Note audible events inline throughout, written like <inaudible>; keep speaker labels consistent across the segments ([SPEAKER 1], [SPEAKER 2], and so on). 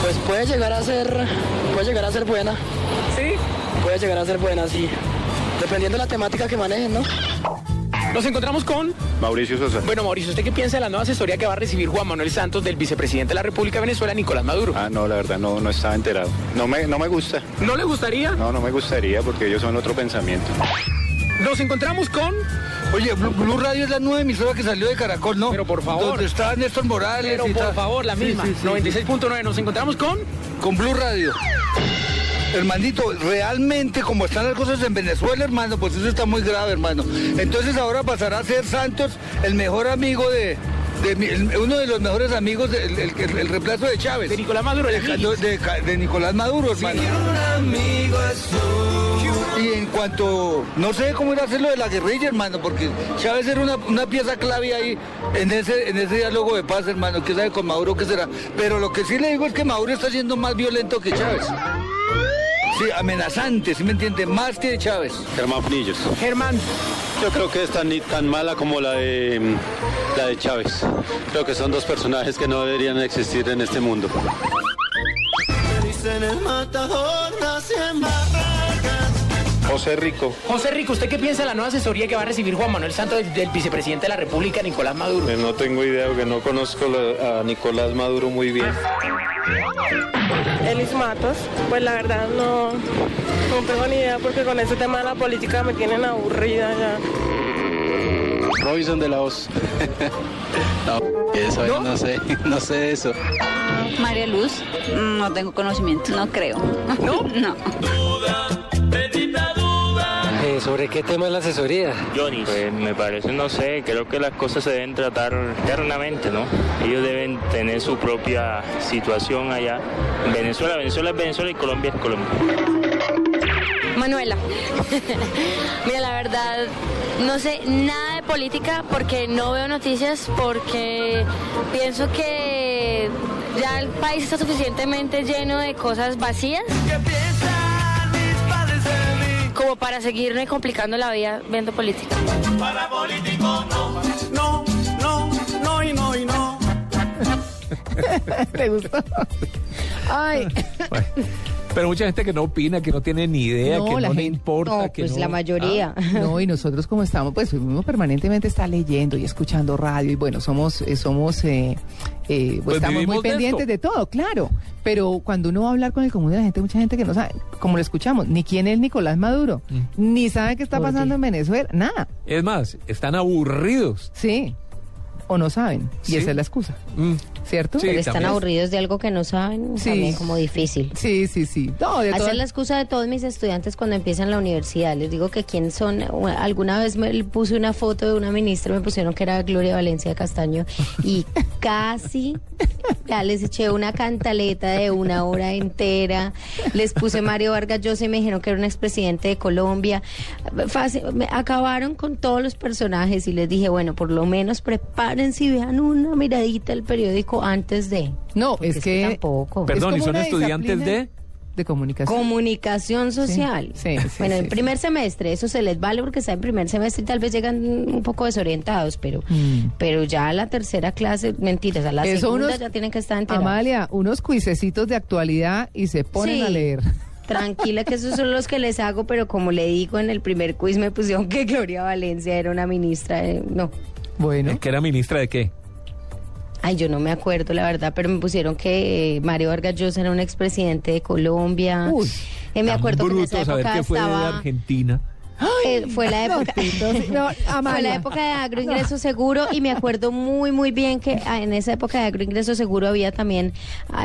[SPEAKER 1] Pues Puede llegar a ser, puede llegar a ser buena,
[SPEAKER 2] ¿Sí?
[SPEAKER 1] puede llegar a ser buena, sí. Dependiendo de la temática que manejen, ¿no?
[SPEAKER 2] Nos encontramos con...
[SPEAKER 3] Mauricio Sosa.
[SPEAKER 2] Bueno, Mauricio, ¿usted qué piensa de la nueva asesoría que va a recibir Juan Manuel Santos del vicepresidente de la República de Venezuela, Nicolás Maduro?
[SPEAKER 3] Ah, no, la verdad no, no estaba enterado. No me, no me gusta.
[SPEAKER 2] ¿No le gustaría?
[SPEAKER 3] No, no me gustaría porque ellos son otro pensamiento.
[SPEAKER 2] Nos encontramos con...
[SPEAKER 4] Oye, Blue, Blue Radio es la nueva emisora que salió de Caracol, ¿no?
[SPEAKER 2] Pero por favor.
[SPEAKER 4] Donde está Néstor Morales.
[SPEAKER 2] Pero
[SPEAKER 4] y
[SPEAKER 2] por
[SPEAKER 4] tal.
[SPEAKER 2] favor, la
[SPEAKER 4] Sí,
[SPEAKER 2] misma.
[SPEAKER 4] sí, sí.
[SPEAKER 2] 96.9. Nos encontramos con...
[SPEAKER 4] Con Blue Radio. Hermanito, realmente como están las cosas en Venezuela, hermano, pues eso está muy grave, hermano. Entonces ahora pasará a ser Santos el mejor amigo de... de mi- el- uno de los mejores amigos, del el, el- el reemplazo de Chávez.
[SPEAKER 2] De Nicolás Maduro, el
[SPEAKER 4] De,
[SPEAKER 2] amigo.
[SPEAKER 4] de- de Nicolás Maduro, hermano. Y en cuanto, no sé cómo irá a hacer lo de la guerrilla, hermano, porque Chávez era una, una pieza clave ahí en ese, en ese diálogo de paz, hermano, que sabe con Maduro qué será. Pero lo que sí le digo es que Maduro está siendo más violento que Chávez. Sí, amenazante, ¿sí me entiende? Más que Chávez.
[SPEAKER 3] Germán Pinillos.
[SPEAKER 2] Germán,
[SPEAKER 3] Yo creo que es tan, ni tan mala como la de, mm, la de Chávez. Creo que son dos personajes que no deberían existir en este mundo. José Rico.
[SPEAKER 2] José Rico, ¿usted qué piensa de la nueva asesoría que va a recibir Juan Manuel Santos del, del vicepresidente de la República, Nicolás Maduro?
[SPEAKER 3] Eh, No tengo idea porque no conozco a Nicolás Maduro muy bien.
[SPEAKER 5] Elis Matos, pues la verdad no, no tengo ni idea porque con ese tema de la política me tienen aburrida ya.
[SPEAKER 6] Robinson de la voz. no, eso
[SPEAKER 2] ¿No?
[SPEAKER 6] ¿No? sé, no sé de eso.
[SPEAKER 7] María Luz, mm, no tengo conocimiento, no creo. ¿No? <laughs> No.
[SPEAKER 8] Eh, ¿Sobre qué tema es la asesoría?
[SPEAKER 9] Johnny. Pues me parece, no sé, creo que las cosas se deben tratar internamente, ¿no? Ellos deben tener su propia situación allá. Venezuela, Venezuela es Venezuela y Colombia es Colombia.
[SPEAKER 10] Manuela. <laughs> Mira, la verdad, no sé nada de política porque no veo noticias, porque pienso que ya el país está suficientemente lleno de cosas vacías como para seguirme complicando la vida viendo política.
[SPEAKER 11] ¿Te gustó? Ay,
[SPEAKER 8] Pero mucha gente que no opina, que no tiene ni idea, que no
[SPEAKER 11] la
[SPEAKER 8] le
[SPEAKER 11] gente-
[SPEAKER 8] importa.
[SPEAKER 11] no,
[SPEAKER 8] que
[SPEAKER 11] pues
[SPEAKER 8] no-
[SPEAKER 11] la mayoría.
[SPEAKER 8] Ah,
[SPEAKER 11] No, y nosotros como estamos, pues uno permanentemente está leyendo y escuchando radio y bueno, somos, eh, somos, eh, eh, pues,
[SPEAKER 8] Pues
[SPEAKER 11] estamos muy
[SPEAKER 8] vivimos de
[SPEAKER 11] pendientes
[SPEAKER 8] esto.
[SPEAKER 11] de todo, claro. Pero cuando uno va a hablar con el común de la gente, mucha gente que no sabe, como lo escuchamos, ni quién es Nicolás Maduro, ni sabe qué está
[SPEAKER 8] Oye.
[SPEAKER 11] pasando en Venezuela, nada,
[SPEAKER 8] Mm. Es más, están aburridos.
[SPEAKER 11] sí. O no saben, y
[SPEAKER 8] Sí.
[SPEAKER 11] esa es la excusa,
[SPEAKER 8] Mm,
[SPEAKER 11] ¿cierto?
[SPEAKER 8] Sí,
[SPEAKER 12] Pero están
[SPEAKER 8] también.
[SPEAKER 12] aburridos de algo que no saben,
[SPEAKER 11] Sí.
[SPEAKER 12] también como difícil.
[SPEAKER 11] Sí, sí, sí. No, de
[SPEAKER 12] Hacer
[SPEAKER 11] todas-
[SPEAKER 12] la excusa de todos mis estudiantes cuando empiezan la universidad. Les digo que quién son. u- Alguna vez me le puse una foto de una ministra, me pusieron que era Gloria Valencia Castaño
[SPEAKER 11] <laughs>
[SPEAKER 12] y casi ya les eché una cantaleta de una hora entera. Les puse Mario Vargas Llosa y me dijeron que era un expresidente de Colombia. Fácil, me acabaron con todos los personajes y les dije, bueno, por lo menos prepárense y vean una miradita al periódico antes de.
[SPEAKER 11] No, es,
[SPEAKER 12] es que
[SPEAKER 11] que...
[SPEAKER 12] tampoco.
[SPEAKER 11] es
[SPEAKER 8] Perdón, ¿y
[SPEAKER 11] como
[SPEAKER 8] son
[SPEAKER 11] una
[SPEAKER 8] estudiantes
[SPEAKER 11] disciplina
[SPEAKER 8] de?
[SPEAKER 11] De comunicación.
[SPEAKER 12] Comunicación social.
[SPEAKER 11] sí, sí,
[SPEAKER 12] bueno,
[SPEAKER 11] sí,
[SPEAKER 12] en primer semestre, eso se les vale porque está en primer semestre y tal vez llegan un poco desorientados, pero,
[SPEAKER 11] Mm.
[SPEAKER 12] pero ya a la tercera clase, mentiras, a la
[SPEAKER 11] Eso
[SPEAKER 12] segunda
[SPEAKER 11] unos-
[SPEAKER 12] ya tienen que estar enterados.
[SPEAKER 11] Amalia, unos cuisecitos de actualidad y se ponen
[SPEAKER 12] Sí.
[SPEAKER 11] a leer. <laughs>
[SPEAKER 12] Tranquila, que esos son los que les hago, pero como le digo en el primer quiz, me pusieron que Gloria Valencia era una ministra. eh, no,
[SPEAKER 11] Bueno,
[SPEAKER 8] ¿Es que era ministra de qué?
[SPEAKER 12] ay, yo no me acuerdo, la verdad, pero me pusieron que eh, Mario Vargas Llosa era un expresidente de Colombia.
[SPEAKER 11] Uy,
[SPEAKER 12] Eh, me
[SPEAKER 8] Tan
[SPEAKER 12] acuerdo que en
[SPEAKER 8] bruto
[SPEAKER 12] esa
[SPEAKER 8] saber
[SPEAKER 12] época
[SPEAKER 8] qué fue de
[SPEAKER 12] estaba.
[SPEAKER 8] Argentina.
[SPEAKER 12] eh, fue la
[SPEAKER 11] no,
[SPEAKER 12] época. <laughs> Fue la
[SPEAKER 11] Amalia.
[SPEAKER 12] época de agroingreso seguro y me acuerdo muy, muy bien que ah, en esa época de agroingreso seguro había también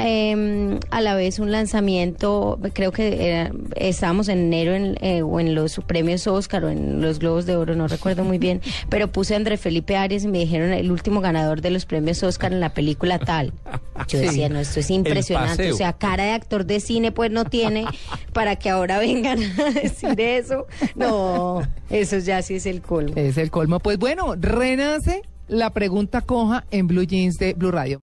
[SPEAKER 12] eh, a la vez un lanzamiento, creo que era- estábamos en enero en, eh, o en los premios Oscar o en los Globos de Oro, no recuerdo muy bien, pero puse a André Felipe Arias y me dijeron el último ganador de los premios Oscar en la película tal. Yo
[SPEAKER 11] Sí.
[SPEAKER 12] decía, no, esto es impresionante,
[SPEAKER 8] paseo.
[SPEAKER 12] o sea, cara de actor de cine pues no tiene para que ahora vengan a decir eso. No, eso ya sí es el colmo.
[SPEAKER 11] es el colmo. Pues bueno, renace la pregunta coja en Blue Jeans de Blue Radio.